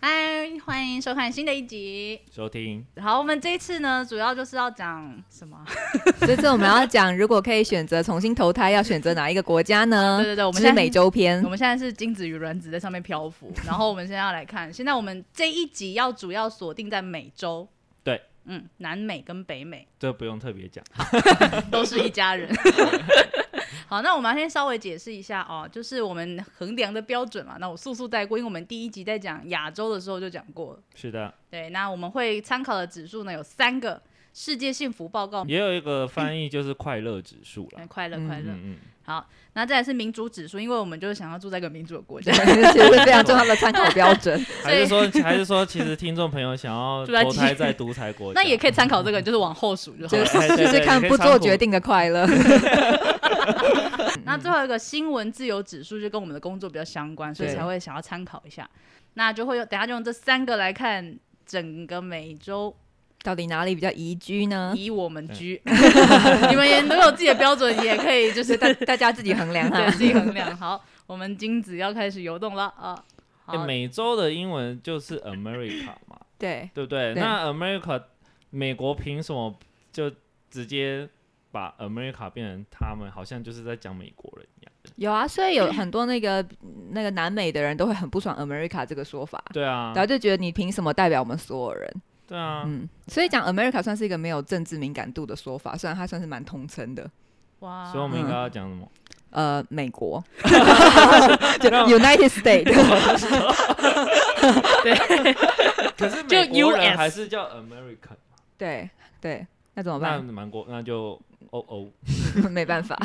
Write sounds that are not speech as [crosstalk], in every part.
嗨，欢迎收看新的一集。收听好，我们这一次呢，主要就是要讲什 [laughs] 么？啊这次我们要讲，如果可以选择重新投胎，要选择哪一个国家呢？对对对我们是现在美洲篇我。们现在是精子与卵子在上面漂浮，然后我们现在要来看，现在我们这一集要主要锁定在美洲。对，嗯，南美跟北美这不用特别讲， [laughs] 都是一家人。 [laughs] 好，那我们先稍微解释一下哦，就是我们衡量的标准嘛。那我速速带过，因为我们第一集在讲亚洲的时候就讲过了。是的，对，那我们会参考的指数呢有三个：世界幸福报告、也有一个翻译就是快乐指数啦哎。快乐快乐，嗯好，那再来是民主指数，因为我们就是想要住在一个民主的国 [laughs] 家对，，这是非常重要的参考标准。嗯，还是说 [laughs] 还是说，其实听众朋友想要住在投胎基在独裁国家， [laughs] 哎那也可以参考这个，就是往后数就好就了。是就是看不做决定的快乐。 [laughs] 那最后一个新闻自由指数就跟我们的工作比较相关，所以对才会想要参考一下。那就会有等下就用这三个来看整个美洲，到底哪里比较宜居呢？以我们居， [laughs] 你们也都有自己的标准，也可以就是 [laughs] 大大家自己衡量对哈。自己衡量。好，我们精子要开始游动了啊！好，哎美洲的英文就是 America 嘛， [laughs] 对，对不对？对那 America 美国凭什么就直接把 America 变成他们好像就是在讲美国人一样？有啊，所以嗯有很多那个那个南美的人都会很不爽 America 这个说法，对啊然，后就觉得你凭什么代表我们所有人？对啊，嗯，所以讲 America 算是一个没有政治敏感度的说法，虽然它算是蛮通称的。哇所以我们应该要讲什么？呃，美 [laughs] 国就 United States， [laughs] 可是嗯 [laughs] 就美国人 US 还是叫 American，对对，那怎么那办？蛮国那就哦欧欧， [laughs] 没办法，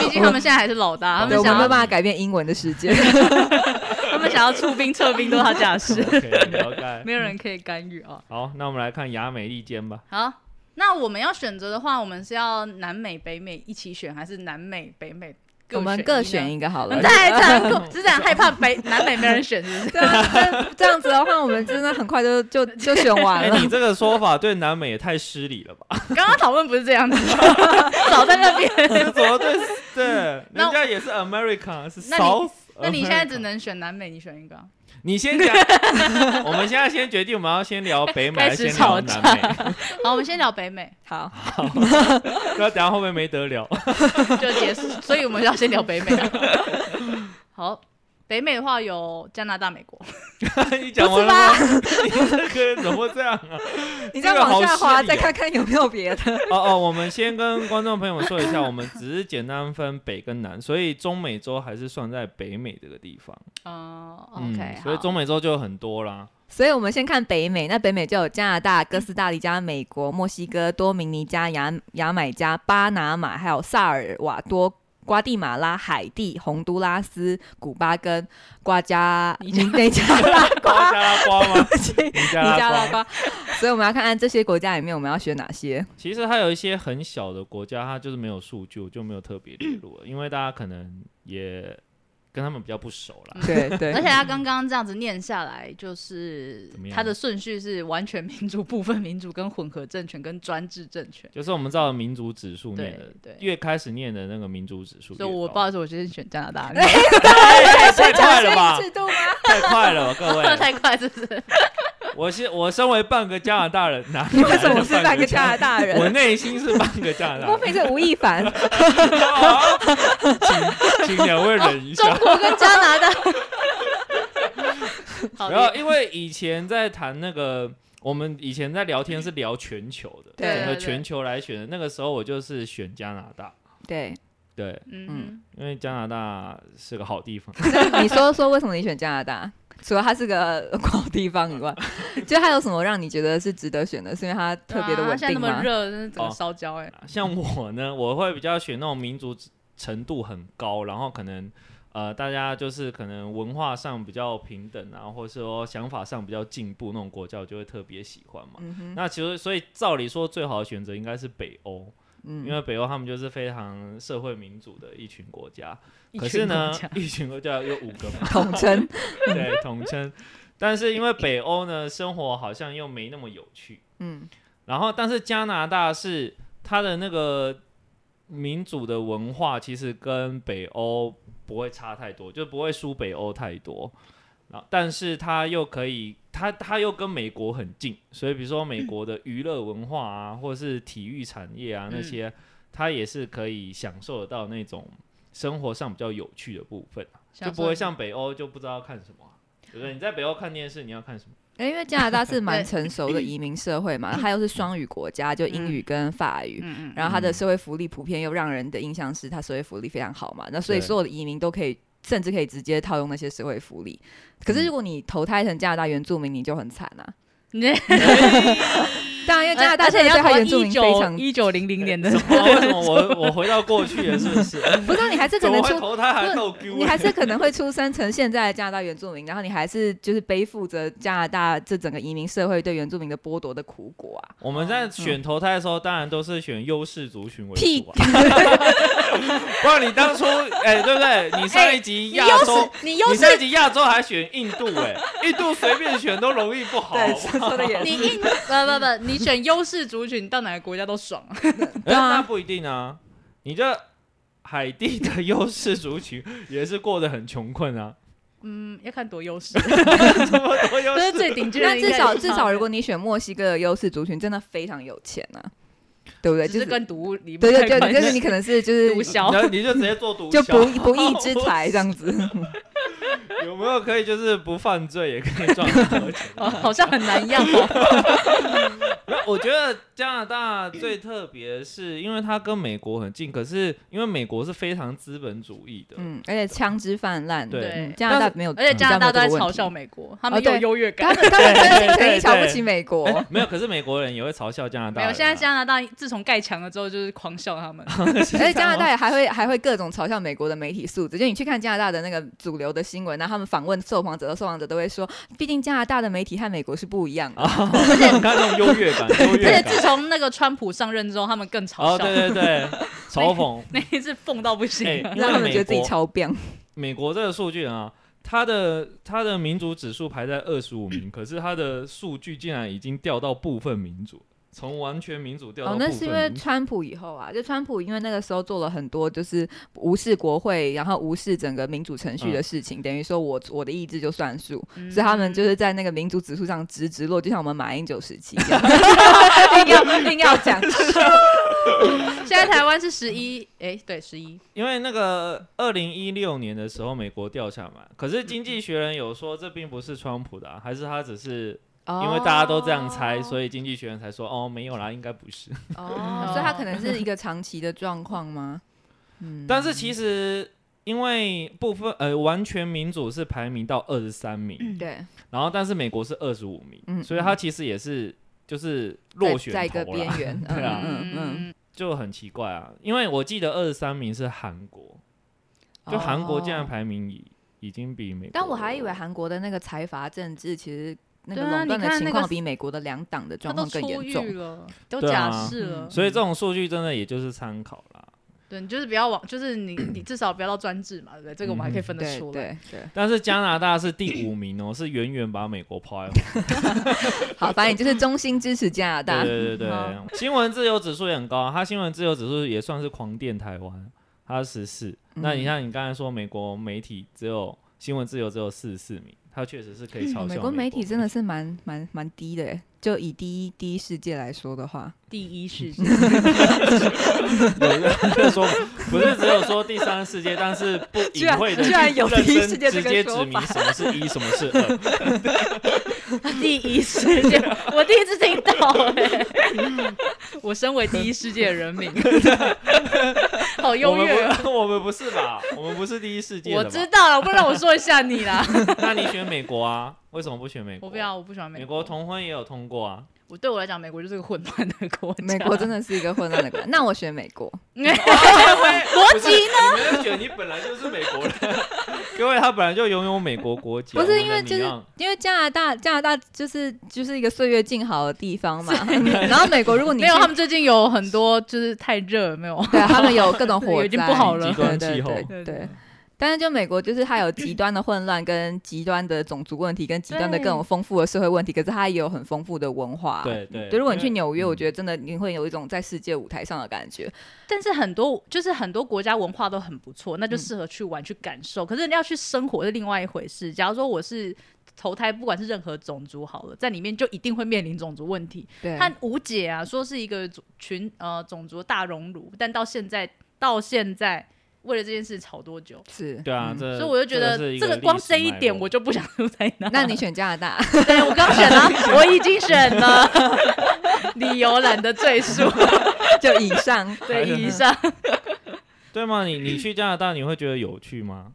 毕竟他们现在还是老大，他 [laughs] 对，们我们想没有要办法改变英文的世界。他们想要出兵撤兵都是他 [laughs] 架势。 OK，了 [laughs] 解。没有人可以干预啊、好，那我们来看亚美利坚吧。好，那我们要选择的话，我们是要南美、北美一起选，还是南美、北美各我们各选一一个好个了 [laughs] 呢？。 [laughs] 太残酷，只是很害怕北南美没人选，是不是？ [laughs] 这 [laughs] 样啊这样子的话，我们真的很快就就就选完哎，了。你这个说法对南美也太失礼 [laughs] 了吧？刚刚讨论不是这样子， [laughs] 早在那边。这怎么对对？那人家也是 American，是那你 South。那你现在只，能选南美，你选一个啊。你先讲。 [laughs] 我们现在先决定，我们要先聊北美，还 [laughs] 开是始先聊吵架南美？ [laughs] 好，我们先聊北美，好，不要等下后面没得聊。 [laughs] 就结束。所以我们要先聊北美。 [laughs] 好，北美的话有加拿大、美国。你讲完了吗？ [laughs] 你这个怎么这样 [laughs] 啊？你再往下滑，哦再看看有没有别的。哦哦，我们先跟观众朋友们说一下，我们只是简单分北跟南，所以中美洲还是算在北美这个地方。嗯嗯，OK，好所以中美洲就有很多啦。所以我们先看北美，那北美就有加拿大、哥斯达黎加、美国、墨西哥、多明尼加、牙牙买加、巴拿马，还有萨尔瓦多。瓜地马拉、海地、洪都拉斯、古巴跟瓜 [laughs] 加尼内加拉尼瓜、加拉瓜吗？尼尼 [laughs] 加加拉拉瓜。瓜，所以我们要看看这些国家里面我们要选哪些。其实还有一些很小的国家，它就是没有数据，我就没有特别列入了，因为大家可能也跟他们比较不熟啦。对对而，且他刚刚这样子念下来，就是怎么样他的顺序是完全民主、部分民主、跟混合政权、跟专制政权。就是我们照民族指数念的，对对越开始念的那个民族指数越高，所以我不好意思，我先选加拿大，哎太快了吧，制度吗？太快了吧，各位！太快是不是？我是我身为半个加拿大人，哪里你为什么是半个加拿大大我人？内心是半个加拿大莫非是吴亦 [laughs] 凡？人，请 [laughs] 请两位忍一哦下。我跟加拿大。好，然后，因为以前在谈那个，我们以前在聊天是聊全球的，对整个对对全球来选的。那个时候我就是选加拿大，对，对，嗯，因为加拿大是个好地方。 [laughs] 你说说为什么你选加拿大？除了它是个好地方以外， [laughs] 就它有什么让你觉得是值得选的？是因为它特别的对啊稳现在定那吗么？热，真是整个烧焦哎。啊像我呢，我会比较选那种民族程度很高，然后可能呃大家就是可能文化上比较平等啊，或者说想法上比较进步那种国家，我就会特别喜欢嘛。嗯哼，那其实，所以照理说，最好的选择应该是北欧，因嗯，为北欧他们就是非常社会民主的一群国家。一可群是呢国家，一群国家有五个嘛，统 [laughs] 称对，统称。 [laughs] 但是因为北欧呢，生活好像又没那么有趣。嗯然后，但是加拿大是它的那个民主的文化，其实跟北欧不会差太多，就不会输北欧太多。然后，但是它又可以，它它又跟美国很近，所以比如说美国的娱乐文化啊，或是体育产业啊那些，它也是可以享受得到那种生活上比较有趣的部分，就不会像北欧就不知道看什么啊、对不对？你在北欧看电视，你要看 [laughs] 什么？因为加拿大是蛮成熟的移民社会 [laughs] 嘛，它又是双语国家，就英语跟法语。嗯嗯然后它的社会福利普遍又让人的印象是它社会福利非常好嘛，那所以对所有的移民都可以，甚至可以直接套用那些社会福利。可是如果你投胎成加拿大原住民，你就很惨啊！ [laughs] 你这，当然，因为加拿大而且现你在对要他活原住一民非九常一九零零年的什，么？为 [laughs] 什么我我回到过去了？是不是？不是啊你 [laughs] 还是可怎么能会出，投胎还不漏 Q？你还是可能会出生成现在的加拿大原住民，然后你还是就是背负着加拿大这整个移民社会对原住民的剥夺的苦果啊！我们在选投胎的时候，当然都是选优势族群为屁主啊。 [laughs] 不然你当初，哎，对不对？你上一哎集亚洲，你优你势上一集亚洲还选印度，哎，印度随便选都容易不好。对，说的 [laughs] 也你是。硬不不不，你选优势族群，到哪个国家都爽啊！哎那不一定啊，你这海地的优势族群也是过得很穷 [laughs] 困啊，嗯，要看多优势，这么多优这是势。最顶尖的那应至该是少他们。至少，如果你选墨西哥的优势族群，真的非常有钱啊，对不对？只就是是跟毒物离不对对开对，关你就是系，你可能是就是毒枭。然后你就直接做毒就枭，不不义之财这样子。 [laughs] 有没有可以就是不犯罪也可以赚很多钱？ [laughs] 啊哦好像很难一样哦。那我觉得加拿大最特别的是，因为它跟美国很近，可是因为美国是非常资本主义的，嗯，而且枪支泛滥，对嗯加拿但大是没有，而且加拿大都在比较没有嘲这个笑问题，美国，他们哦对有优越他感。们他们真心诚对对意瞧不对起美国。哎没有。可是美国人也会嘲笑加拿大没人啊、有，现在加拿大自从盖墙了之后，就是狂笑 [laughs] 他们。而且加啊拿大也还会还会各种嘲笑美国的媒体素质，就你去看加拿大的那个主流的新闻，然后他们访问受访者的时候，受访者都会说，毕竟加拿大的媒体和美国是不一啊样的。你看那种优越感，优而且越自感。从那个川普上任之后，他们更哦，嘲对笑，[laughs] 对对，嘲讽。那一次疯到不行。啊哎因为让他们美觉得自己国超棒，美国这个数据啊，它的它的民主指数排在二十五名，可是它的数据竟然已经掉到部分民主，从完全民主掉到哦部，分那民是主。因为川普以后啊，就川普因为那个时候做了很多就是无视国会，然后无视整个民主程序的事情，等于说我我的意志就算数，嗯嗯所以他们就是在那个民主指数上直直落，就像我们马英九时期 [laughs] 一样， [laughs] 硬要硬要讲，嗯现在台湾是十一，哎，对，十一。因为那个二零一六年的时候，美国调查嘛，可是《经济学人》有说这并不是川普的、啊，还是他只是因为大家都这样猜，以所以《经济学人》才说哦没有啦，应该不是。哦，嗯所以他可能是一个长期的状况 [laughs] 吗？嗯，但是其实因为部分呃完全民主是排名到二十三名，对，然后但是美国是二十五名，嗯所以他其实也是就是落在选在一个头边啦， [laughs] 缘，对啊嗯嗯就很奇怪啊。因为我记得二十三名是韩国，嗯，就韩国竟然哦排名已已经比美国，但我还以为韩国的那个财阀政治其实那个对啊垄断你的看情那况个比美国的两党的他状都况更出严狱重。了，都对啊假释了嗯，所以这种数据真的也就是参考 [laughs] 啦。对，你就是不要往，就是你你至少不要到专制嘛，对不对？这个我们还可以分嗯得对出来。对 [laughs] 对，但是加拿大是第五名哦，是远远把美国抛 [laughs] 在后面。好，反正你就是衷心支持加拿大。对对对好对，新闻自由指数也很高、啊，它新闻自由指数也算是狂电台湾，它十四。嗯那你像你刚才说，美国媒体只有新闻自由只有四十四名，它确实是可以嘲笑嗯美美国媒体真的 [laughs] 的是蛮蛮蛮低的耶，就以第一第一世界来说的 [laughs] 话，第一是就是说不是只有说第三世界，但是不 [laughs] 居隐然晦的居然有认第一真世界这直个接说指明法什么是一，什么是二。 [laughs] 第一世 [laughs] 界，我第一次听到哎、 [laughs] 我身为第一世界的人 [laughs] 民，好我优们 [laughs] 越哦。不，我们不是吧？我们不是第一世界我的吧知道了，不然我说一下你啦。那你选美国啊？为什么不选美国？ [laughs] 我不要，我不喜欢美美国国。同婚也有通过啊，我对我来讲，美国就是个混乱的国家。美国真的是一个混乱的国家。那我选美国，逻辑呢？你们要觉得你本来就是美 [laughs] 国人，各位他本来就拥有美国国籍啊，不是我们因为的就是米昂因为加拿大，加拿大就是就是一个岁月静好的地方嘛。 [laughs] 然后美国，如果你没有，去他们最近有很多就是太热，没有。对他们有各 [laughs] 种火已经灾，不好了极对端对气候，对对。但是就美国，就是它有极端的混乱，跟极端的种族问题，跟极端的对各种丰富的社会问题，可是它也有很丰富的文化。对对就如果你去因为纽约，嗯我觉得真的你会有一种在世界舞台上的感觉。但是很多就是很多国家文化都很不错，那就适合去玩、去感受。可是要去生活是另外一回事。假如说我是投胎，不管是任何种族好了，在里面就一定会面临种族问题。对他无解啊，说是一个种群呃种族大熔炉，但到现在到现在为了这件事吵多久？是对啊，嗯这所以我就觉得这是一这个历光史这一脉点络我就不想留在那。那你选加拿大， [laughs] 对我刚选了，啊 [laughs] 我已经选了，理由懒得 [laughs] 赘述。就以上。对，以上对吗？你你去加拿大你会觉得有趣 [laughs] 吗？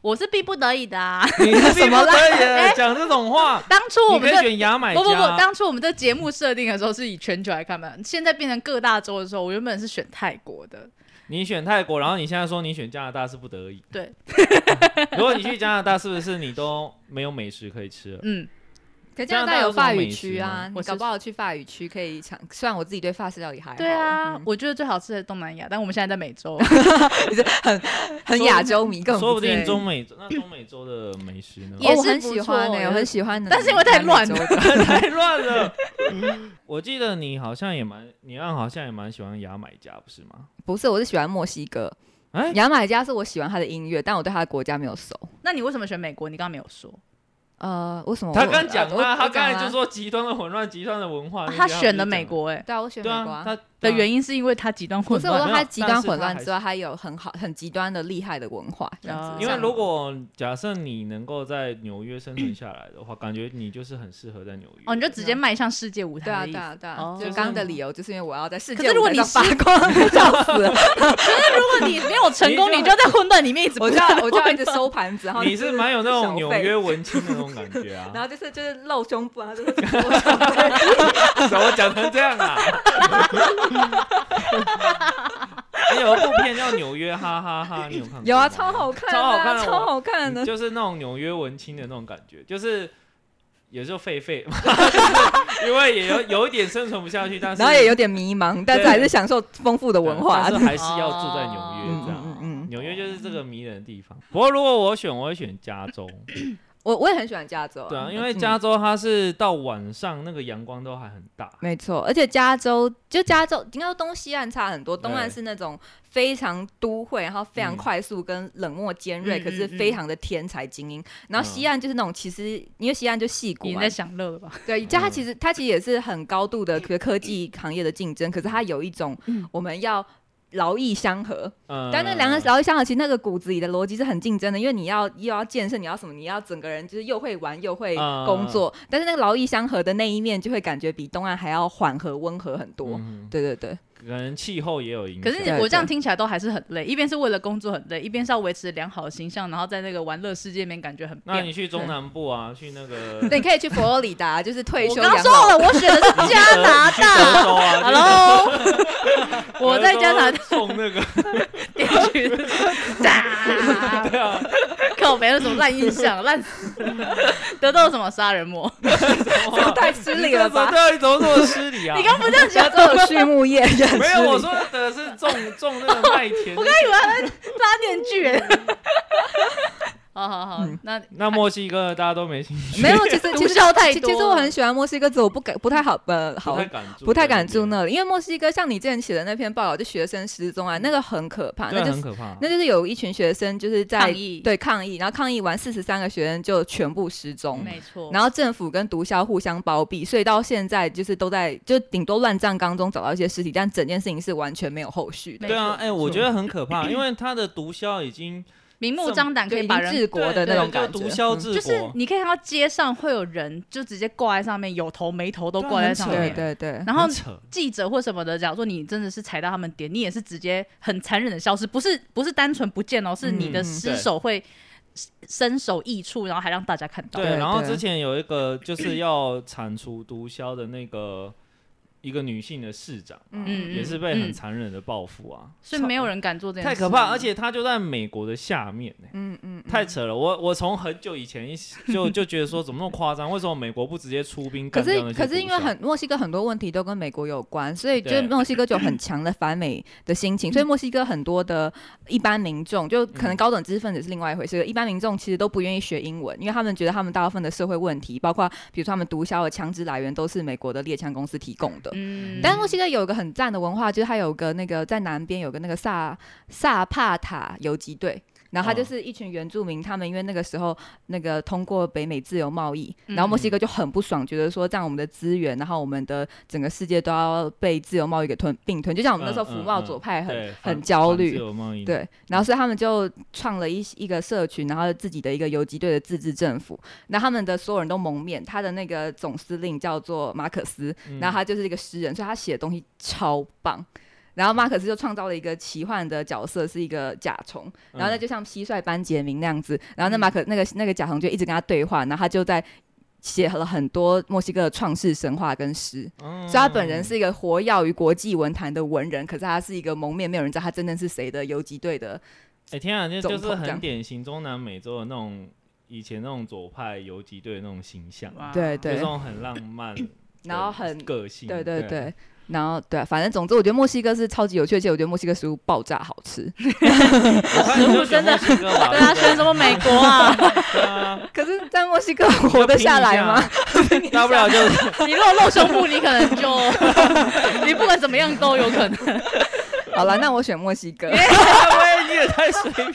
我是逼不得已 [laughs] 的啊。你什什么啦可以讲这种话？当初我你们可以这选牙买不加，不不，当初我们这节目设定的时候是以全球来看嘛，现在变成各大洲的时候，我原本是选泰国的。你选泰国，然后你现在说你选加拿大是不得已。对， [laughs] 如果你去加拿大，是不是你都没有美食可以吃了？嗯，可加加拿拿大大有有什么法美语食区吗啊，你我搞是不好去法语区可以尝。虽然我自己对法式料 [laughs] 理还好，对啊， [laughs] 嗯我觉得最好吃的东南亚，但我们现在在美洲。很亚洲迷，根本说不知定道中美那中美洲的美食呢？也哦我是很不喜错欢呢、有我很喜欢的，但是因为太乱了 [laughs] 太乱 [laughs] 了。我记得你好像也蛮，你让好像也蛮喜欢牙买加，不是吗？不是，我是喜欢墨西哥。哎牙买加是我喜欢他的音乐，但我对他的国家没有熟。那你为什么选美国？你刚刚没有说，呃，为什么我？他刚讲我啦，他刚才。我就讲啦啊说极端的混乱，极端的文化。啊那些他不是选了讲美，国哎、欸对啊，我选美对国啊，啊、他的因。原因是因为他极端不混是我说乱。没有啊他极端但是混乱他还之外，他有很好很极端的厉害的文化，这样啊子。因为像如果假设你能够在纽约生存下来的话，感觉你就是很适合在纽约。哦，你就直接迈向世界舞台对啊的意对思。啊对啊，哦就刚刚的理由就是因为我要在世可界是如舞果台你上发失光， [laughs] 笑死了！如果你没有成功，你就你就在混乱里面一直不啊 [laughs] 我就断要我就要一混直乱收盘子，然后你是蛮有那小种 [laughs] 费纽约文青的那种感觉啊。然后就是就是露胸部，然后就是 [laughs] [laughs] 怎么讲成这样啊？还有一部片叫《纽约哈哈哈》，你有看过吗？有啊，超好看的超好看啊，的超好看的，就是那种纽约文青的那种感觉，就是也就 [laughs] 狒狒，就是因为也有有一点生存不下去，但是然后也有点迷茫，但是还是享受丰富的文化。但是还是要住在纽约嗯啊嗯这样。嗯嗯，纽约就是这个迷人的地方。不过如果我选，我会选加州。我我也很喜欢加州、对啊，因为嗯加州它是到晚上那个阳光都还很大。没错，而且加州就加州，应该说东西岸差很多。东岸对是那种非常都会，然后非常嗯快速跟冷漠尖锐，嗯可是嗯嗯非常的天才精英。然后西岸就是那种其实因为西岸就戏骨你嘛在，享乐了吧？对，加它其实它其实也是很高度的科科技行业的竞争，可是它有一种嗯我们要。劳逸相合，嗯，但那两个劳逸相合，其实那个骨子里的逻辑是很竞争的，因为你要又要健身，你要什么，你要整个人就是又会玩又会嗯工作，但是那个劳逸相合的那一面，就会感觉比东岸还要缓和温和很多。嗯对对对，可能气候也有影响。可是你对我这样听起来都还是很累，一边是为了工作很累，一边是要维持良好的形象，然后在那个玩乐世界里面感觉很那变。你去中南部啊，去那个那你可以去佛罗里达，就是退我休刚养说老。了，我选的是加拿去德 [laughs] 大。州啊，去 Hello，我在德州加拿大种那个，地 [laughs] 区，炸对啊，靠没有什么烂印象，烂死了。德州有什么杀人魔？太失礼了吧？对，你怎么这么失礼啊？你刚不这样加讲，州有畜牧业，没有，我说的是种种那个麦田。我刚以为拉面巨人。好好好嗯，那那墨西哥大家都没兴 [laughs] 趣，没有，其实毒其实枭太其多其实我了很喜欢墨西哥，只是我不敢不 [laughs] 太好呃不好太敢住，不太敢住，那里，因为墨西哥像你之前写的那篇报道，就学生失踪啊，那个很可怕，嗯对那啊，就很是。可怕。那就是有一群学生就是在抗议对抗议，然后抗议完四十三个学生就全部失踪，没错。然后政府跟毒枭互相包庇，所以到现在就是都在就顶多乱葬岗中找到一些尸体，但整件事情是完全没有后续的，对啊，哎，我错觉得很可怕，因为他的毒枭已经明目张胆可就以已把经人治国的对那种就感觉。毒枭治就是国，你可以看到街上会有人就直接挂在上面，有头没头都对啊挂在很上嗯扯对面。对对，然后很扯记者或什么的，假如说你真的是踩到他们点，你也是直接很残忍的消失，不是不是单纯不见哦，是你的嗯失手会身首异处，然后还让大家看到。对，对然后对之前有一个就是要铲除毒枭的那个一个女性的市长啊、嗯也是被很嗯残忍的报复啊，所以没有人敢做这件太事，可怕，而且他就在美国的下面呢、嗯嗯，嗯太扯了！我我从很久以前一 [laughs] 就就觉得说怎么那么夸张？为什么美国不直接出兵可干掉那是些可是毒因为枭很墨西哥很多问题都跟美国有关，所以就是对墨西哥就有很强的反美的心 [laughs] 情，所以墨西哥很多的一般民众，就可能嗯高等知识分子是另外一回事，一般民众其实都不愿意学英文，因为他们觉得他们大部分的社会问题，包括比如说他们毒枭的枪支来源都是美国的猎枪公司提供的。嗯，但是墨西哥有一个很赞的文化，就是它有个那个在南边有个那个萨萨帕塔游击队。然后他就嗯是一群原住民，他们因为那个时候那个通过北美自由贸易，嗯然后墨西哥就很不爽，觉得说这样我们的资源，然后我们的整个世界都要被自由贸易给吞并吞，就像我们那时候嗯嗯福茂嗯左派很、对很反焦反虑自由贸易对，然后所以他们就创了一一个社群，然后自己的一个游击队的自治政府。那他们的所有人都蒙面，他的那个总司令叫做马可斯，嗯然后他就是一个诗人，所以他写的东西超棒。然后马可斯就创造了一个奇幻的角色，是一个甲虫，然后嗯那就像蟋蟀班杰明那样子。然后那马可那个那个甲虫就一直跟他对话，然后他就在写了很多墨西哥的创世神话跟诗。嗯所以他本人是一个活跃于国际文坛的文人，可是他是一个蒙面，没有人知道他真正是谁的游击队的。哎、天啊，这就总是统这很样典型中南美洲的那种以前那种左派游击队的那种形象，啊哇对就对这种很浪漫， [coughs] 然后很个性，对对对对，然后对，反正总之，我觉得墨西哥是超级有趣，而且我觉得墨西哥食物爆炸好吃。我看你就选真的墨西哥 [laughs] 吧，对啊，不选什么美国啊？对啊，可是，在墨西哥活得下来吗？大不了就是你如果露胸部，你可 [laughs] 能就你不管怎么样都有可能，好了，那我选墨西哥。喂，你也太随便，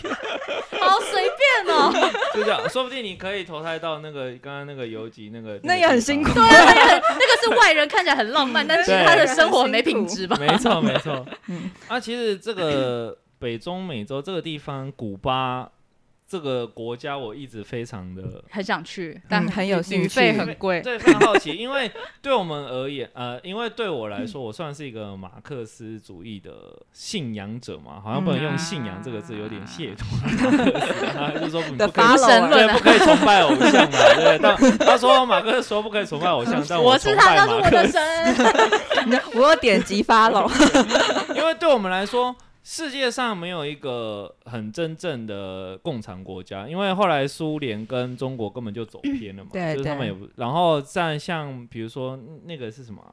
好随便哦。 [laughs] 就这样，说不定你可以投胎到那个刚刚那个游击那个， [laughs] 那也很辛苦对啊，那个很那个是外人看起来很浪嗯漫，但其实他的生活很没品质吧？没错，没错。 [laughs] 嗯啊，其实这个北中美洲这个地方，古巴这个国家，我一直非常的很想去，但很有兴趣嗯旅费很贵。对非常好奇，因为对我们而言，呃，因为对我 [laughs] 来说，我算是一个马克思主义的信仰者嘛，好像不能用信仰这个字，有点亵渎马克 [laughs] 思，啊就说你嗯的不可以发崇神对论啊 [laughs] 不可以崇拜偶像嘛，对。但他说马克思说不可以崇拜偶像，但我崇是拜他，马他克是思。我的神。我有点击发了。因为对我们来说，世界上没有一个很真正的共产国家，因为后来苏联跟中国根本就走偏了嘛，对就是他们对也不，然后再像比如说那个是什么啊，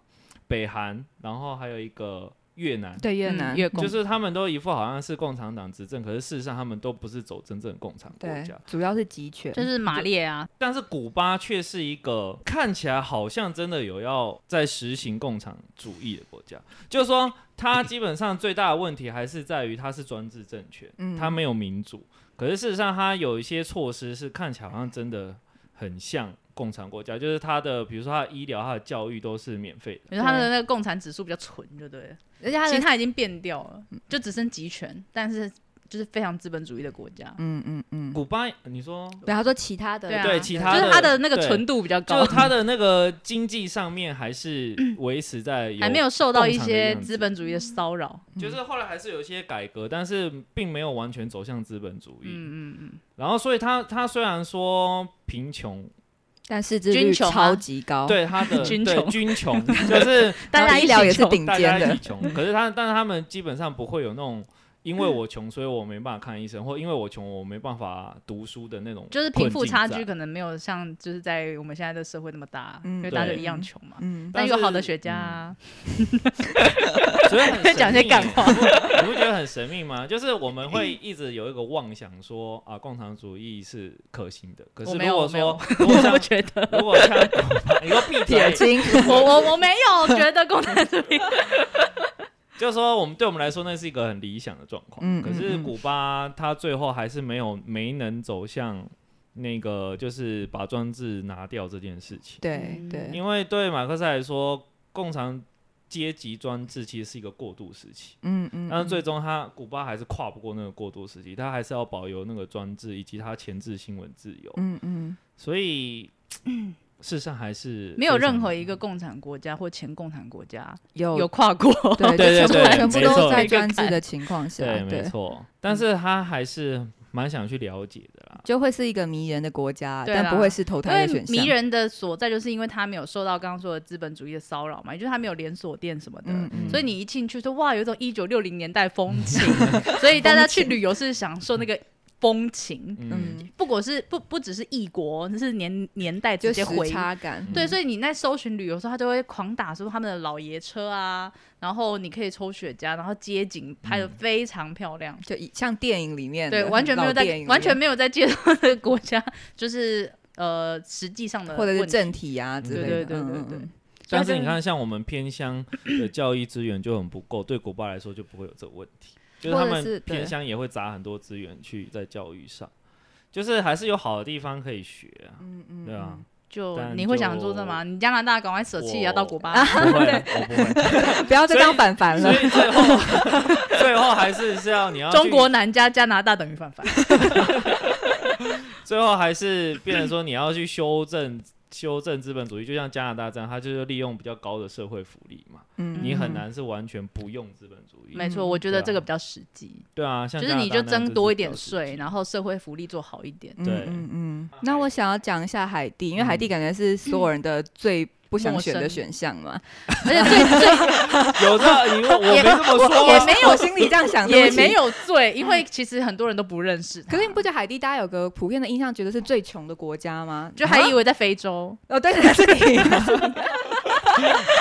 北韩，然后还有一个越南。对越南，月供就是他们都一副好像是共产党执政，可是事实上他们都不是走真正的共产国对家。，主要是集权。 [laughs] 就是马列啊，但是古巴却是一个看起来好像真的有要在实行共产主义的国家，就是说它基本上最大的问题还是在于它是专制政权，嗯它没有民主。可是事实上，它有一些措施是看起来好像真的很像共产国家，就是它的比如说它的医疗、它的教育都是免费的。因为他的那个共产指数比较纯，就对了。而且他其实的，他已经变掉了，就只剩集权，但是就是非常资本主义的国家。嗯嗯嗯，古巴，你说对，他说其他的，对啊对其他就的是他的那个对纯度比较就高是，它的那个经济上面还是维持在有还没有受到一共产的些样子资本主义的骚扰。就是后来还是有一些改革，但是并没有完全走向资本主义。嗯嗯嗯，然后，所以他他虽然说贫穷，但是知率军穷啊超级高，，对他 [laughs] 的军对穷军穷， [laughs] 就是大家医疗一也起是穷顶大尖家的一起。穷，可是他但是他们基本上不会有那种。因为我穷，所以我没办法看医生，或因为我穷，我没办法读书的那种困境就在，是贫富差距可能没有像就是在我们现在的社会那么大，嗯因为大家对就一样穷嘛。嗯，但但有好的是学家啊，所以很神秘 [laughs] 讲些干 [laughs] 话你不你不觉得很神秘吗？ [laughs] 就是我们会一直有一个妄想说啊，共产主义是可行的。可我是没如有果我没有说，如果像 [laughs] 我觉得如果像 [laughs] 古巴，你给我闭 [laughs] 铁嘴！青，我我我没有觉得共产主 [laughs] 义，就是说，我们对我们来说，那是一个很理想的状况。嗯可是嗯嗯古巴，它最后还是没有没能走向那个，就是把专制拿掉这件事情。对嗯对，因为对马克思来说，共产阶级专制其实是一个过渡时期，嗯嗯，但是嗯最终他古巴还是跨不过那个过渡时期，他还是要保留那个专制以及他前置新闻自由。嗯嗯，所以，事实上还是 [coughs] 没有非常任何一个共产国家或前共产国家有有跨过。对对就对对全部全部没都错在一个专制坎的情况下，对，没错。但是他还是蛮想去了解的啦。就会是一个迷人的国家，对啦但不会是投因胎为的选项。迷，人的所在就是因为他没有受到刚刚说的资本主义的骚扰嘛，也就是他没有连锁店什么的，嗯嗯所以你一进去说哇，有一种一九六零年代风 [laughs] 情，所以大家去旅游是享受那个风情，嗯，嗯，不管是不不只是异国，是年年代就直接回时差感。对，嗯所以你在搜寻旅游的时候，他就会狂打说他们的老爷车啊，然后你可以抽雪茄，然后街景拍的嗯非常漂亮。就以像电影里面的，对，完全没有老电在影完全里没有在介绍的国家，就是呃实际上的面或者是问题政体啊之对类对的，对对嗯嗯对嗯，但是你看，像我们偏乡的教育资源就很不够，对古巴来说就不会有这个问题，就是他或者是们对偏乡也会砸很多资源去在教育上，就是还是有好的地方可以学啊，嗯对啊，嗯就但你会想做这吗？你加拿大赶快舍弃，我也要到古巴。不会，我不 [laughs] 会。不要再所以当反凡所了。以最后，最后还是是要你要去中国南加加拿大等于反反，最后还是变成说你要去修正修正资本主义，就像加拿大这样，它就是利用比较高的社会福利嘛，嗯你很难是完全不用资本主义。没错，我觉得这个比较实际，对啊，嗯像就是你加拿就大那样增是多一比较点实税，际然后社会福利做好一点。嗯对嗯嗯。那我想要讲一下海地，因为海地嗯感觉是所有人的最不想陌选的生选项嘛，而且最最 [laughs] 有这你我我没这么说也啊，嗯 [laughs] 哦没有我心里这样想，对也不起嗯没。有罪，因为其实很多人都不认识他。可是你不觉得海地大家有个普遍的印象，觉得是最穷的国家吗？就还以为在非洲，哦，对，那是你。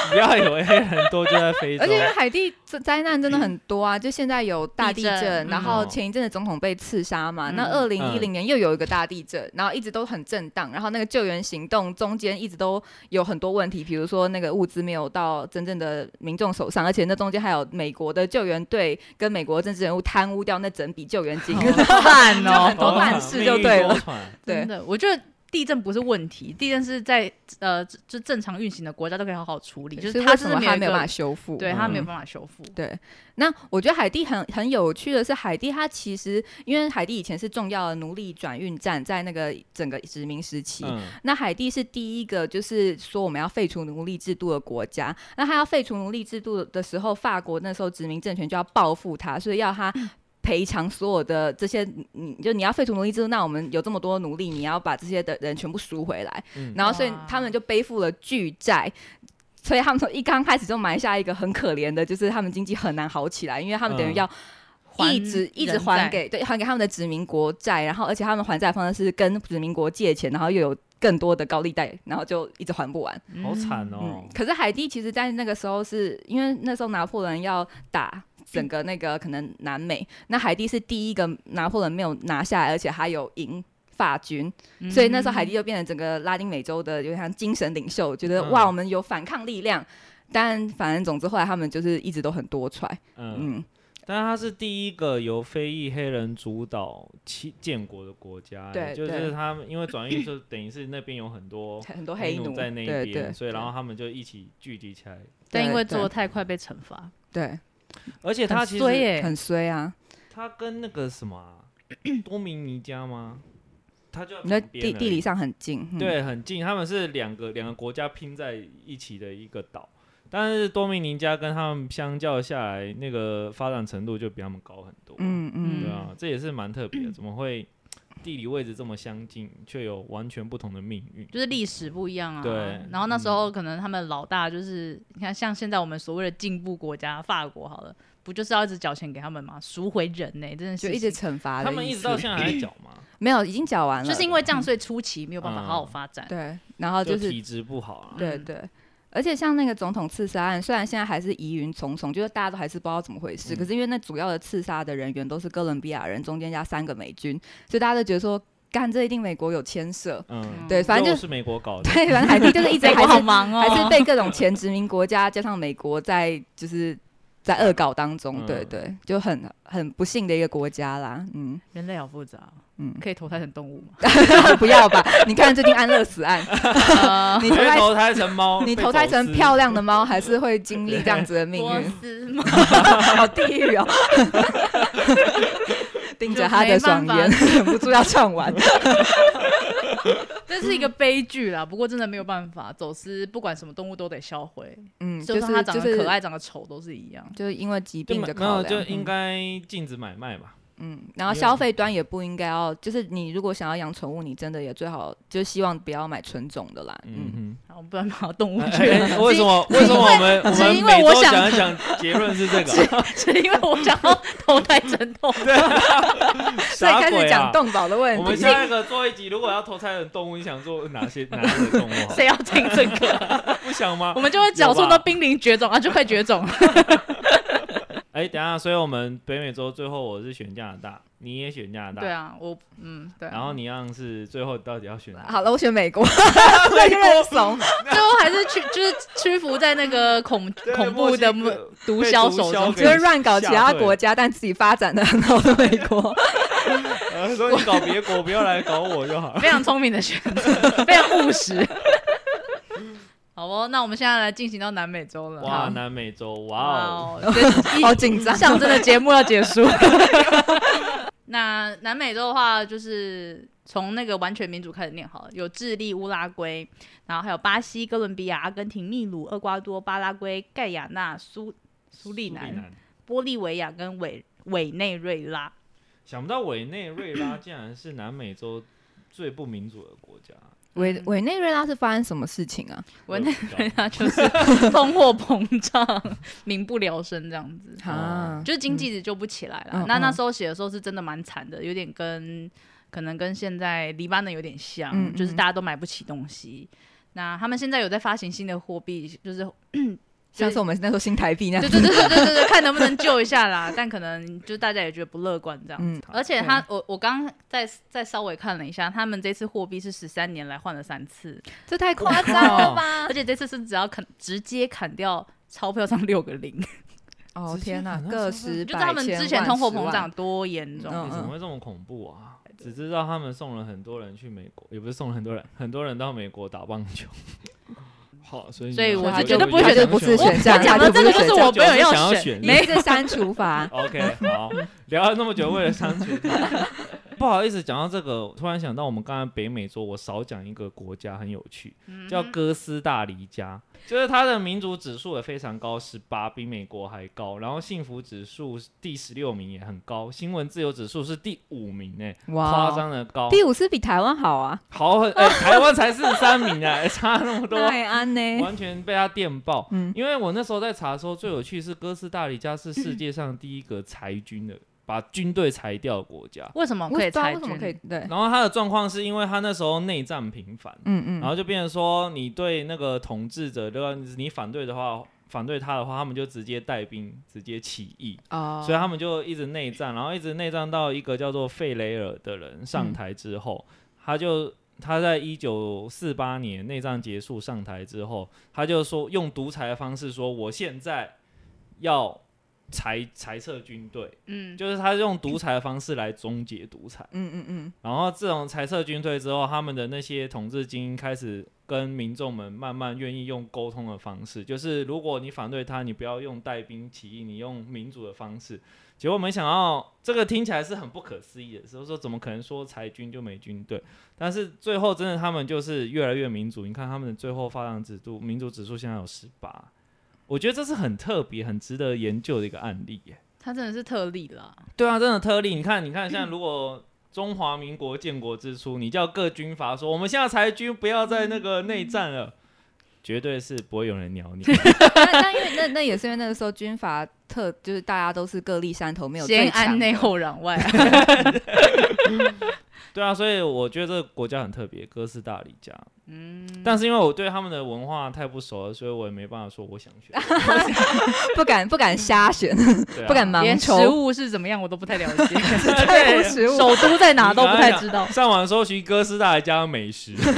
不要以为黑人多就在非洲而且因为海地灾灾难真的很多啊，就现在有大地嗯地震震，嗯然后前一阵子总统被刺杀嘛，嗯那二零一零年又有一个大地震，然后一直都很震荡，然后那个救援行动中间一直都有很多问题，比如说那个物资没有到真正的民众手上，而且那中间还有美国的救援队跟美国政治人物贪污掉那整笔救援金， [laughs] 哦 [laughs] 烂就很多烂事就对了。命运多哦舛对真。的，我觉得地震不是问题，地震是在呃就就正常运行的国家都可以好好处理，就是所以它为就什是么他一没有个办法修复？对嗯它没有办法修复。对，那我觉得海地很很有趣的是，海地它其实因为海地以前是重要的奴隶转运站，在那个整个殖民时期，嗯，那海地是第一个就是说我们要废除奴隶制度的国家。那他要废除奴隶制度的时候，法国那时候殖民政权就要报复他，所以要他。赔偿所有的这些，你就你要废除奴隶制度，那我们有这么多奴隶，你要把这些的人全部赎回来，嗯然后所以他们就背负了巨债，所以他们从一刚开始就埋下一个很可怜的，就是他们经济很难好起来，因为他们等于嗯要还一直一直人还债给对还给他们的殖民国债，然后而且他们还债的方式是跟殖民国借钱，然后又有更多的高利贷，然后就一直还不完。 [laughs] 好惨哦嗯，，可是海地其实，在那个时候是因为那时候拿破仑要打。整个那个可能南美，那海地是第一个拿破仑没有拿下来，而且还有赢法军，嗯所以那时候海地就变成整个拉丁美洲的有点像精神领袖，觉得、嗯哇，我们有反抗力量。但反正总之后来他们就是一直都很多舛，嗯，嗯，但他是第一个由非裔黑人主导起建国的国家，对就对是他们因为转运就等于是那边有 [laughs] 很多很多黑奴奴在那一对对，边，所以对然后他们就一起聚集起来，但因为对做得太快被惩罚，对而且他很其衰实耶很衰啊，他跟那个什么 [clears throat] 啊多明尼加吗？他就在你说旁边地而地已理上很近，嗯，对，很近，他们是两个两个国家拼在一起的一个岛，但是多明尼加跟他们相较下来，那个发展程度就比他们高很多。，嗯对嗯，啊，这也是蛮特别的，怎么会地理位置这么相近，却有完全不同的命运？就是历史不一样啊。对嗯然后那时候可能他们老大就是你看，像现在我们所谓的进步国家法国好了，不就是要一直缴钱给他们吗？赎回人呢、真的是就一直惩罚的意思。他们一直到现在还在缴 [clears throat] 嘛，没有，已经讲完了，就是因为这样，所以初期没有办法嗯好好发展。嗯对，然后就是体质不好啊。哦对嗯对。而且像那个总统刺杀案，虽然现在还是疑云重重，就是大家都还是不知道怎么回事。嗯可是因为那主要的刺杀的人员都是哥伦比亚人，中间加三个美军，所以大家都觉得说，干这一定美国有牵涉。嗯，对，反正又就是美国搞的。对，反正海地就是一直美还国好是忙哦，还是被各种前殖民国家加上美国在就是在恶搞当中，嗯对对，就很很不幸的一个国家啦。嗯， [laughs] [laughs] 人类好复杂哦，嗯可以投胎成动物吗？不要吧？你看最近安乐死案，[laughs] [laughs] 呃你你投胎投胎成猫，你被投胎狗成撕漂亮的猫，还是会经历这样子的命波运？斯猫好地狱哦！盯着他的爽就没眼，忍不住要唱完。 [laughs] 这是一个悲剧啦，不过真的没有办法，走私不管什么动物都得销毁，嗯，就就是算它长就得是可爱、长得丑都是一样。就是因为疾就病没的没考有量，就应嗯该禁止买卖嘛。嗯，然后没有消什么费端也不应该要，就是你如果想要养宠物，你真的也最好就希望不要买纯种的啦。嗯，嗯好，不然跑到动物哼，去了。哎为什么为什么我们我只们因为每我周想讲一讲结论是这 [laughs] 个？哎是因为我想要投胎成动物。所以啥开鬼始啊讲？动保的问我们题。下一个做一集，如果要投胎的动物，你想做哪些哪类的动物好？谁 [laughs] 要听这 [laughs] 个？不想吗我？们就会讲说到濒临绝种啊，就快绝种了。哎、等一下，所以我们北美洲最后我是选加拿大，你也选加拿大，对啊，我嗯对啊。然后你样是最后到底要选哪？好了，我选美国，我有点怂。最后还是屈就是屈服在那个恐对恐怖的墨西哥毒枭手被毒枭中。给就是乱搞其他国家，但自己发展的很好的美国。呃，说你搞别国，不要来搞我就好了。非常聪明的选择，非常务实。 [laughs] 好哦，那我们现在来进行到南美洲了。哇， [laughs] 好，南美洲，哇哦，哇 [laughs] 哦， [laughs] 好紧张象征的节目要结束。 [laughs] 那南美洲的话，就是从那个完全民主开始念好了，有智利、乌拉圭，然后还有巴西、哥伦比亚、阿根廷、秘鲁、厄瓜多、巴拉圭、盖亚那、苏苏利苏南、玻利维亚跟委委内瑞拉。想不到委内瑞拉竟然是南美洲最不民主的国家。委委内瑞拉是发生什么事情啊？委内瑞那就是通货膨胀，民不聊生这样子， [laughs] 啊，就是经济就不起来了。嗯那嗯那时候写的时候是真的蛮惨的，有点跟可能跟现在黎巴嫩有点像，嗯嗯就是大家都买不起东西。那他们现在有在发行新的货币，就是像是我们那时候新台币那对样。对对对对对对，看能不能救一下啦。但可能就大家也觉得不乐观这样。嗯，而且他，我我刚再再稍微看了一下，他们这次货币是十三年来换了三次，这太夸张了吧而！且这次是只要砍直接砍掉钞票上六个零，哦直接天哪，砍到个上万十就知道他百们千之前万通货十膨万胀多严重。嗯你怎么会这么恐怖啊？只知道他们送了很多人去美国，也不是送了很多人，很多人到美国打棒球。 [laughs] 好，所以所以你我要是就绝对不会想觉得选不是我选项我讲他的就这不个是就是选我项没有我是想要选选，一。没一个删除法 OK，好， [laughs] 聊了那么久，为了相处， [laughs] 不好意思，讲到这个，突然想到我们刚才北美洲，我少讲一个国家很有趣，叫哥斯达黎加，就是它的民族指数也非常高，十八比美国还高，然后幸福指数第十六名也很高，新闻自由指数是第五名诶、夸哇，哦张的高，第五是比台湾好啊！好很、 [laughs] 哎，台湾才四十三名啊、 [laughs] 哎差那么多，奈安呢？完全被他电爆。嗯因为我那时候在查的时候，最有趣是哥斯达黎加是世界上第一个裁军的，把军队裁掉的国家。为什么我可以知道裁为什么军？可以对，然后他的状况是因为他那时候内战频繁，嗯然嗯，后就变成说你对那个统治者，如果你反对的话，反对他的话，他们就直接带兵直接起义。哦，所以啊他们就一直内战，然后一直内战到一个叫做费雷尔的人上台之后，他就他在一九四八年内战结束上台之后，他就说用独裁的方式说，我现在要裁裁撤军队，嗯，就是他用独裁的方式来终结独裁。嗯嗯嗯，然后自从裁撤军队之后，他们的那些统治精英开始跟民众们慢慢愿意用沟通的方式，就是如果你反对他，你不要用带兵起义，你用民主的方式。结果没想到，这个听起来是很不可思议的，所以说怎么可能说裁军就没军队？但是最后真的他们就是越来越民主，你看他们的最后发展指数，民主指数现在有十八，我觉得这是很特别、很值得研究的一个案例耶。他真的是特例啦。对啊，真的特例。你看，你看，嗯现在如果中华民国建国之初，你叫各军阀说我们现在裁军，不要再那个嗯内战了，绝对是不会有人 [laughs] 鸟你。但但因为那那也是因为那个时候军阀特就是大家都是各立山头，没有最先强安内的后攘外，对啊，所以我觉得这个国家很特别，哥斯达黎加。嗯，但是因为我对他们的文化太不熟了，所以我也没办法说我想 [laughs] 选。 [laughs] 不敢不敢瞎 [laughs] 选，对啊不敢盲连食抽，物是怎么样我都不太了解，太多 [laughs] 食物。首都在哪都不太知道。上网搜寻哥斯达黎加美食，上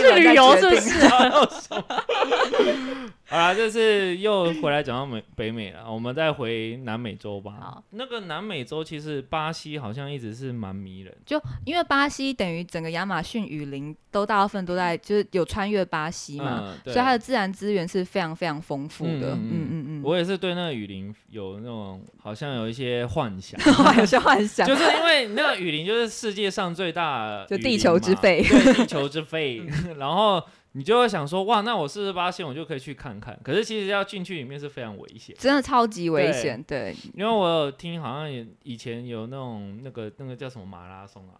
去旅游是不 [laughs] 是？ [laughs] 好啦，这次又回来讲到美北美了，我们再回南美洲吧好。那个南美洲其实巴西好像一直是蛮迷人的，就因为巴西等于整个亚马逊雨林都大部分都在，就是有穿越巴西嘛，嗯，对所以它的自然资源是非常非常丰富的。嗯嗯嗯嗯嗯 [laughs] 嗯，我也是对那个雨林有那种好像有一些幻 [laughs] 想，幻想幻想， [laughs] 就是因为那个雨林就是世界上最大的就雨地林球嘛之肺 [laughs] 嗯对，地球之肺。然后你就会想说，哇，那我四十八线我就可以去看看。可是其实要进去里面是非常危险，真的超级危险。对，因为我有听好像也以前有那种那个那个叫什么马拉松啊，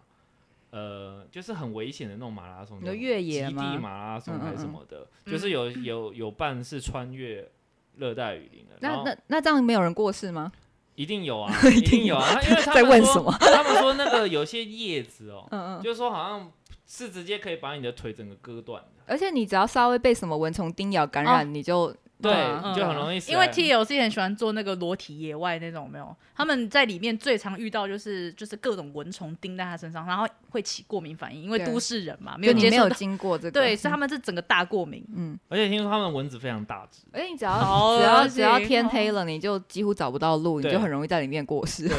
呃，就是很危险的那种马拉松，你说越野极吗地马拉松还是什么的，嗯就是有有有伴是穿越热带雨林的，然那后那那这样没有人过世吗？一定有 [laughs] 啊，一定有啊，因为他在们问说什么？ [laughs] 他们说那个有些叶子哦，嗯嗯。就是说好像是直接可以把你的腿整个割断的，而且你只要稍微被什么蚊虫叮咬感染，哦你就对，嗯你就很容易死啊因为了 TLC 很喜欢做那个裸体野外那种，有没有？他们在里面最常遇到就是就是各种蚊虫叮在他身上，然后会起过敏反应，因为对都市人嘛，没就有你接没触有到。经过这个。对，是他们是整个大过敏。 [laughs] 嗯。哎而且听说他们蚊子非常大只，而且你只要好只要恶只要心天哦黑了，你就几乎找不到路，你对就很容易在里面过世。 [laughs]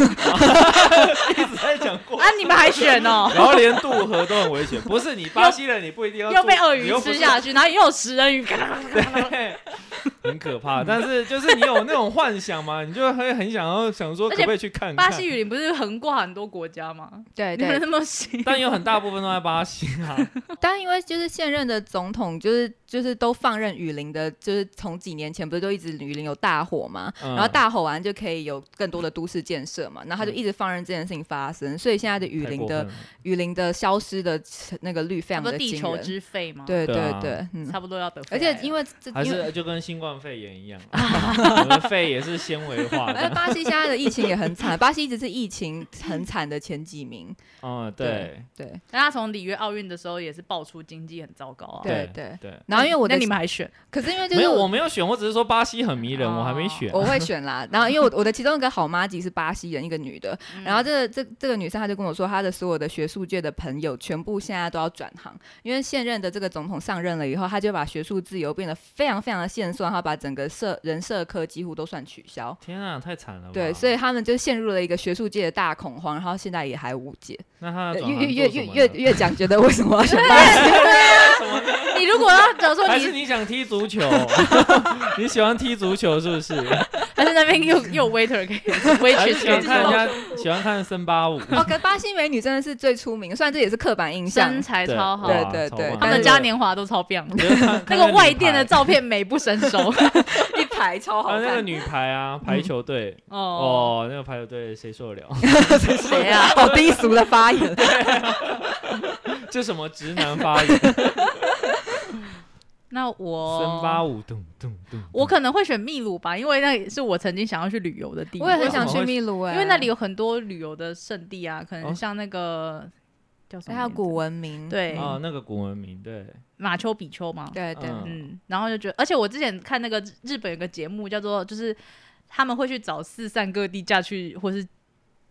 一直在讲过。 [laughs]？啊，你们还选哦然后连渡河都很危险，不是你巴西人，你不一定要又渡被鳄你鱼又不吃是下去，然后又有食人鱼，对， [laughs] 很可怕。但是就是你有那种幻想嘛， [laughs] 你就会很想要想说可而且不可以去看看。巴西雨林不是横过很多国家吗？对你对，们 [laughs] 那么行，但有很大部分都在巴西啊。但因为就是现任的总统，就是就是都放任雨林的，就是从几年前不是就一直雨林有大火嘛， [laughs] 嗯然后大火完就可以有更多的都市建设嘛，然后他就一直放任这件事情发生，所以现在的雨太林过的分了雨林的消失的那个率非差常不的多地惊球人。之肺吗？，对对啊对，嗯，差不多要得肺而癌了。且因为这还因为是就跟新冠肺 [laughs] 炎一样啊，我们肺也是纤维化而且的。呃巴西现在的疫情也很惨， [laughs] 巴西一直是疫情很惨的前几名。嗯，对对对但他从里约奥运的时候也是爆出经济很糟糕啊。对对对对。然后因为我的那你们还选？可是因为就是没有，我没有选，我只是说巴西很迷人，哦我还没选。 [laughs] 我会选啦。然后因为我我的其中一个好妈吉是巴西人，一个女的。然后嗯这个这这个女生她就跟我说，她的所有的学术界的朋友全部现在都要转行，因为现任的这个总统上任了以后，他就把学术自由变得非常非常的限缩，然后把整个社人社科几乎都算取消。天啊，太惨了吧。对，所以以他们就陷入了一个学术界的大恐慌，然后现在也还无解。那他呃的转越越越行做什么越呢越讲，觉得为什么要选巴西？嗯你如果要假如说还你是你想踢足球？ [laughs] [laughs] 你喜欢踢足球是不是？但是那边又又有 waiter 可以 [laughs] 哎还是 waitress 喜可以欢看人做家喜欢看森巴舞？哦，可巴西美女真的是最出名，虽然这也是刻板印象身。材对超好，对哇对超对棒他们但是嘉年华都超棒。我觉 [laughs] 得看那看个女外排店的照片美不胜 [laughs] 收一排超好啊，看，那个女排啊，排嗯球队哦，哦，那个排球队谁受得 [laughs] 了？谁 [laughs] 啊？好低俗的发言。这什么直男发言？那我森巴舞咚咚咚，哦我可能会选秘鲁吧，因为那也是我曾经想要去旅游的地方。我也很为什想么去会秘鲁哎，因为那里有很多旅游的圣地啊，可能哦像那个叫什么名字？哎还有古文明，对啊，那个古文明对，马丘比丘嘛。对对，嗯嗯，然后就觉得，而且我之前看那个日日本有个节目叫做，就是他们会去找四散各地嫁去或是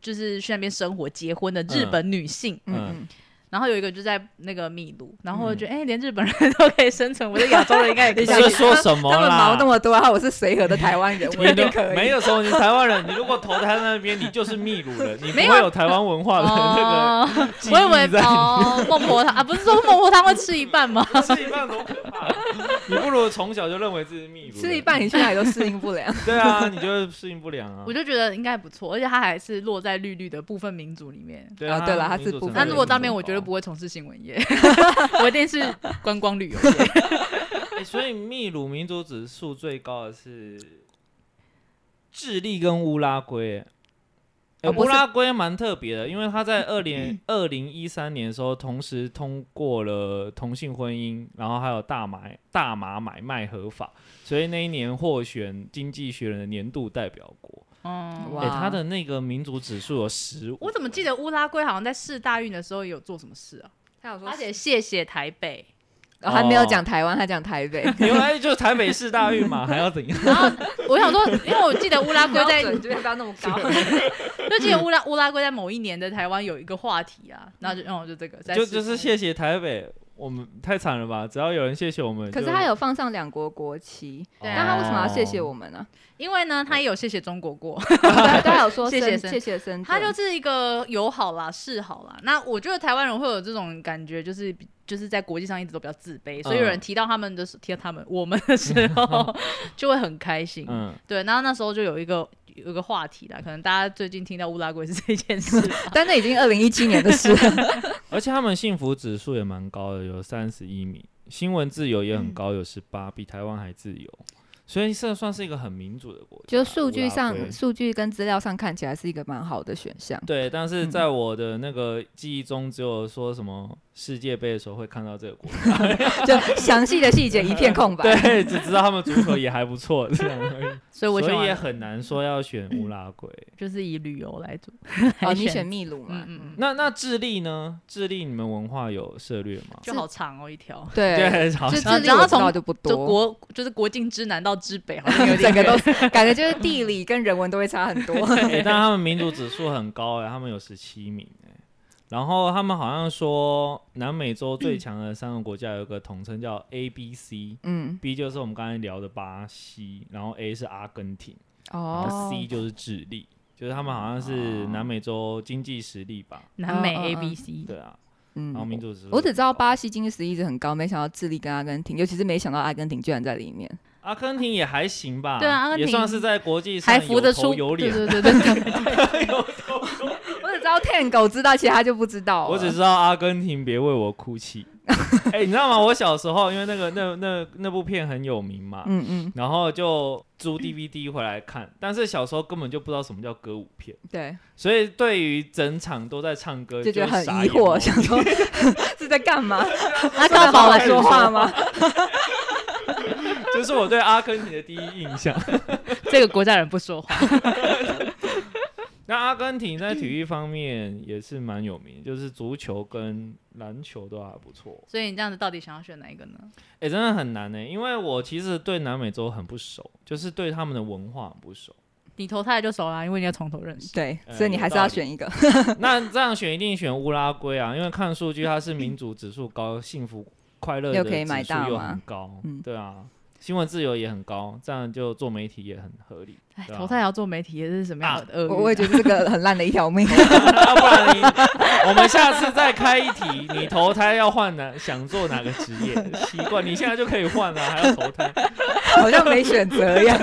就是去那边生活结婚的日本女性，嗯嗯，然后有一个就在那个秘鲁，然后我觉得哎、诶连日本人 [laughs] 都可以生存，我觉得亚洲人应该也可以你想这去嗯说什么他们毛啦那？么多，然后我是随和的台湾 [laughs] 人，我你一定都可以。没有什么，你台湾人，你如果投胎那边，你就是秘鲁人，你不没会有有台湾文化的那哦，个记我以为忆在。哦，孟婆汤啊，不是说孟婆汤会吃一半吗？ [laughs] 吃一半多可怕！你不如从小就认为自己是秘鲁人，吃一半你去哪里都适应不 [laughs] 良。对啊，你就适应不良啊 [laughs] 我。就觉得应该不错，而且它还是落在绿绿的部分民族里面。对啊啊，对了它它民是主部成那分分如果率当面，很我绝高对不会从事新闻业， [laughs] 我一定是观光旅游 [laughs] 业。 [laughs] 欸所以秘鲁民族指数最高的是智利跟乌拉圭欸。欸哦不乌是嗯拉圭蛮特别的，因为他在二零二零一三年的时候，同时通过了同性婚姻，然后还有大麻大麻买卖合法，所以那一年获选《经济学人》的年度代表国。嗯，哎、哇他的那个民族指数有十五，我怎么记得乌拉圭好像在世大运的时候有做什么事啊？他有而且谢谢台北，然后还没有哦讲台湾，他讲台 [laughs] 北，原来就是台北市大运 [laughs] 嘛，还要怎样？然后 [laughs] 我想说，因为我记得乌拉圭在，觉得不要那么 [laughs] 高。 [laughs] 就记得乌拉乌拉圭在某一年的台湾有一个话题啊，然后就嗯就这个，在就世就是谢谢台北，我们太惨了吧？只要有人谢谢我们就， [laughs] 可是他有放上两国国旗，对那他为什么要谢谢哦我们呢？ [laughs] 因为呢，他也有谢谢中国过，他他有说谢深谢谢谢深圳，他就是一个友好啦、示好啦。那我觉得台湾人会有这种感觉，就是比就是在国际上一直都比较自卑，所以有人提到他们的时提到他们我们的时候，就会很开心。嗯，对，然后那时候就有一个有一个话题啦，可能大家最近听到乌拉圭是这件事吧 [laughs] 但那已经二零一七年的事了。而且他们幸福指数也蛮高的，有三十一名，新闻自由也嗯很高，有十八，比台湾还自由，所以这算是一个很民主的国 [laughs] 家。就数据乌拉圭上、数据跟资料上看起来是一个蛮好的选项。 [laughs] 对，但是嗯在我的那个记忆中，只有说什么世界杯的时候会看到这个 [laughs] 国家，就详细的细节一片空白。对，只知道他们足球也还不错，这样 [laughs] 而已。所以我所选以也很难说要选乌拉圭。嗯就是以旅游来做。哦，你选秘鲁嘛？嗯嗯嗯，那那智利呢？智利你们文化有涉略吗？就好长哦一条， [laughs] 对，好就像智利我知道就不就多，国就是国境之南到之北，好像有 [laughs] 整点个都 [laughs] 远。是感觉就是地理跟人文都会差很 [laughs] 多。欸 [laughs] 但他们民族指数很高哎、他们有十七名哎、然后他们好像说南美洲最强的三个国家有一个统称叫 A B C。嗯， B 就是我们刚才聊的巴西，然后 A 是阿根廷，然后哦 C，就是智利，就是他们好像哦是南美洲经济实力吧？南美嗯嗯 A 嗯 B C，对啊，然后嗯，民族指数我只知道很高巴西经济实力一直很高，没想到智利跟阿根廷，尤其是没想到阿根廷居然在里面。阿根廷也还行吧，对啊阿根廷也算是在国际上还浮得有出头有对脸。对对对对， [laughs] 我只知道 Tango 知道，其他就不知道了。我只知道阿根廷，别为我哭 [laughs] 泣。哎、你知道吗？我小时候因为那个那那那部片很有名嘛，嗯嗯，然后就租 DVD 回来看，但是小时候根本就不知道什么叫歌舞片，对，所以对于整场都在唱歌就觉得很傻疑眼哦惑，了想 [laughs] 说 [laughs] 是在干 [laughs] 嘛？那是在高宝好好来说话吗？这是我对阿根廷的第一印象。这个国家人不说话，那阿根廷在体育方面也是蛮有名，就是足球跟篮球都还不错。所以你这样子到底想要选哪一个呢？哎、真的很难呢、因为我其实对南美洲很不熟，就是对他们的文化很不熟。你投胎就熟啦，因为你要从头认识。对，呃所以你有还是道要理选一个。那这样选一定选乌拉圭啊，因为看数据它是民主指数高，幸福快乐的又指可以买大数又麻很高，嗯对啊，新闻自由也很高，这样就做媒体也很合理。哎，对啊投胎也要做媒体，这是什么样的恶运 [laughs] 啊？我我也觉得这个很烂的一条 [laughs] 命。啊、不然你我们下次再开一题，你投胎要换哪？想做哪个职业？奇怪，你现在就可以换了、还要投胎？好像没选择一样。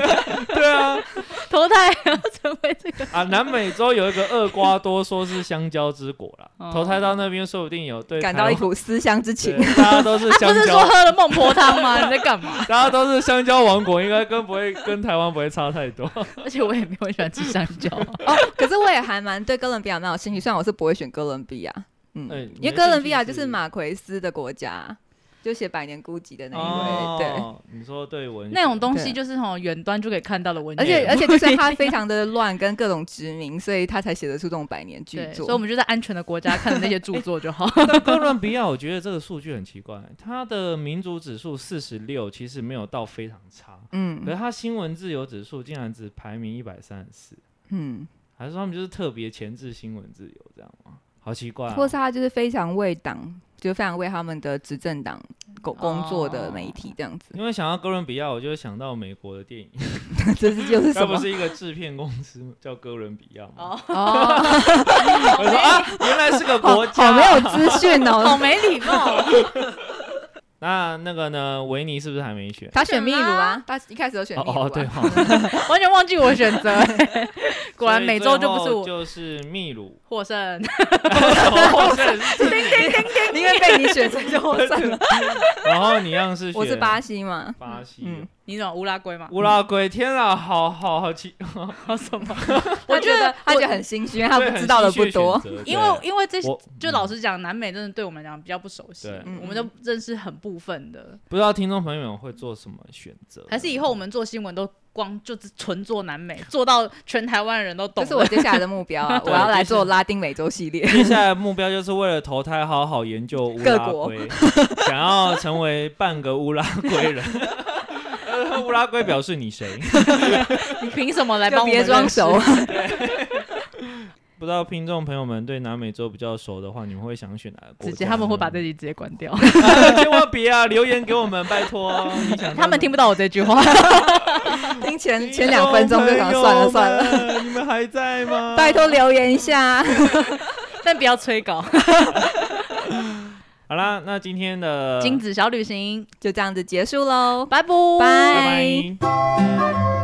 对啊， [laughs] 投胎也要成为这个。啊，南美洲有一个厄瓜多，说是香蕉之国啦，哦投胎到那边说不定有对感到一台湾股思乡之情啊对。大 [laughs] 家都是他香不是蕉说喝了孟婆汤吗？你在干 [laughs] 嘛？大家都是香蕉王国，应该跟不会跟台湾不会 [laughs] 差太多。而且我也没有很喜欢吃香 [laughs] 蕉，哦，可是我也还蛮对哥伦比亚蛮有兴趣，虽然我是不会选哥伦比亚，嗯，哎因为你的哥伦比亚兴就趣是是马奎斯的国家，就写《百年孤寂》的那一位，对。，哦你说对文学那种东西就是从远端就可以看到的文啊而且学，而且就是他非常 [laughs] 的乱，跟各种殖民，所以他才写得出这种百年巨对，作。所以我们就在安全的国家看的那些著作 [laughs] 就好。但哥伦比亚，我觉得这个数据很奇怪，它的民主指数四十六，其实没有到非常差，可嗯是它新闻自由指数竟然只排名一百三十四，嗯，还是说他们就是特别前置新闻自由这样吗？好奇怪、啊，或是他就是非常为党，就非常为他们的执政党工工作的哦媒体这样子， [laughs] 因为想到哥伦比亚，我就想到美国的电影，这是就是 [laughs] 它什不么？是一个制片公司叫哥伦比亚吗？哦， [laughs] 哦，我说啊，原来是个好国好家，没有资讯 [laughs] 好哦。没礼貌。那那个呢？维尼是不是还没 [laughs] 选？他选秘鲁啊，他一开始有选哦秘鲁、啊哦，对哈， [laughs] 完全忘记我的选择、 [laughs] 果然所以每周就不最是后我，就是秘鲁获胜。哦是是是因为被你选中就获胜 [laughs] 了。然后你一样是我是巴西，西嘛，巴西嗯哦你懂乌拉圭吗？乌拉圭，天啊，好好好奇，拉什么？我我觉觉得得他觉得很心虚，因为他不知道的不多。对，很因为因为这对我就老实讲，南美真的对我们来讲比较不熟悉对，嗯我们都认识很部分的。不知道听众朋友们会做什么选择，还是以后我们做新闻都光就是纯做南美，做到全台湾人都懂这是了。 [laughs] 我接下来的目标啊！我对要来就是做拉丁美洲 [laughs] 系列。接下来目标就是为了投胎，好好研究乌拉圭，想要成为半个乌拉圭 [laughs] 人。 [laughs] 呃乌拉圭表示你谁？你凭什么来帮就我们别装啊熟认识？不知道听众朋友们对南美洲比较熟的话，你们会想选哪个国直家呢？接他们会把这集直接关掉，千万别 [laughs] 啊！留言给我们，拜托。你想他们听不到我这句 [laughs] 话。 [laughs] 听前前两分钟就想算了算了，了。你们还在吗？拜。托留言一下。 [laughs] 但不要催 [laughs] 稿。好啦，那今天的呃金子小旅行，就这样子结束喽，拜拜拜拜拜。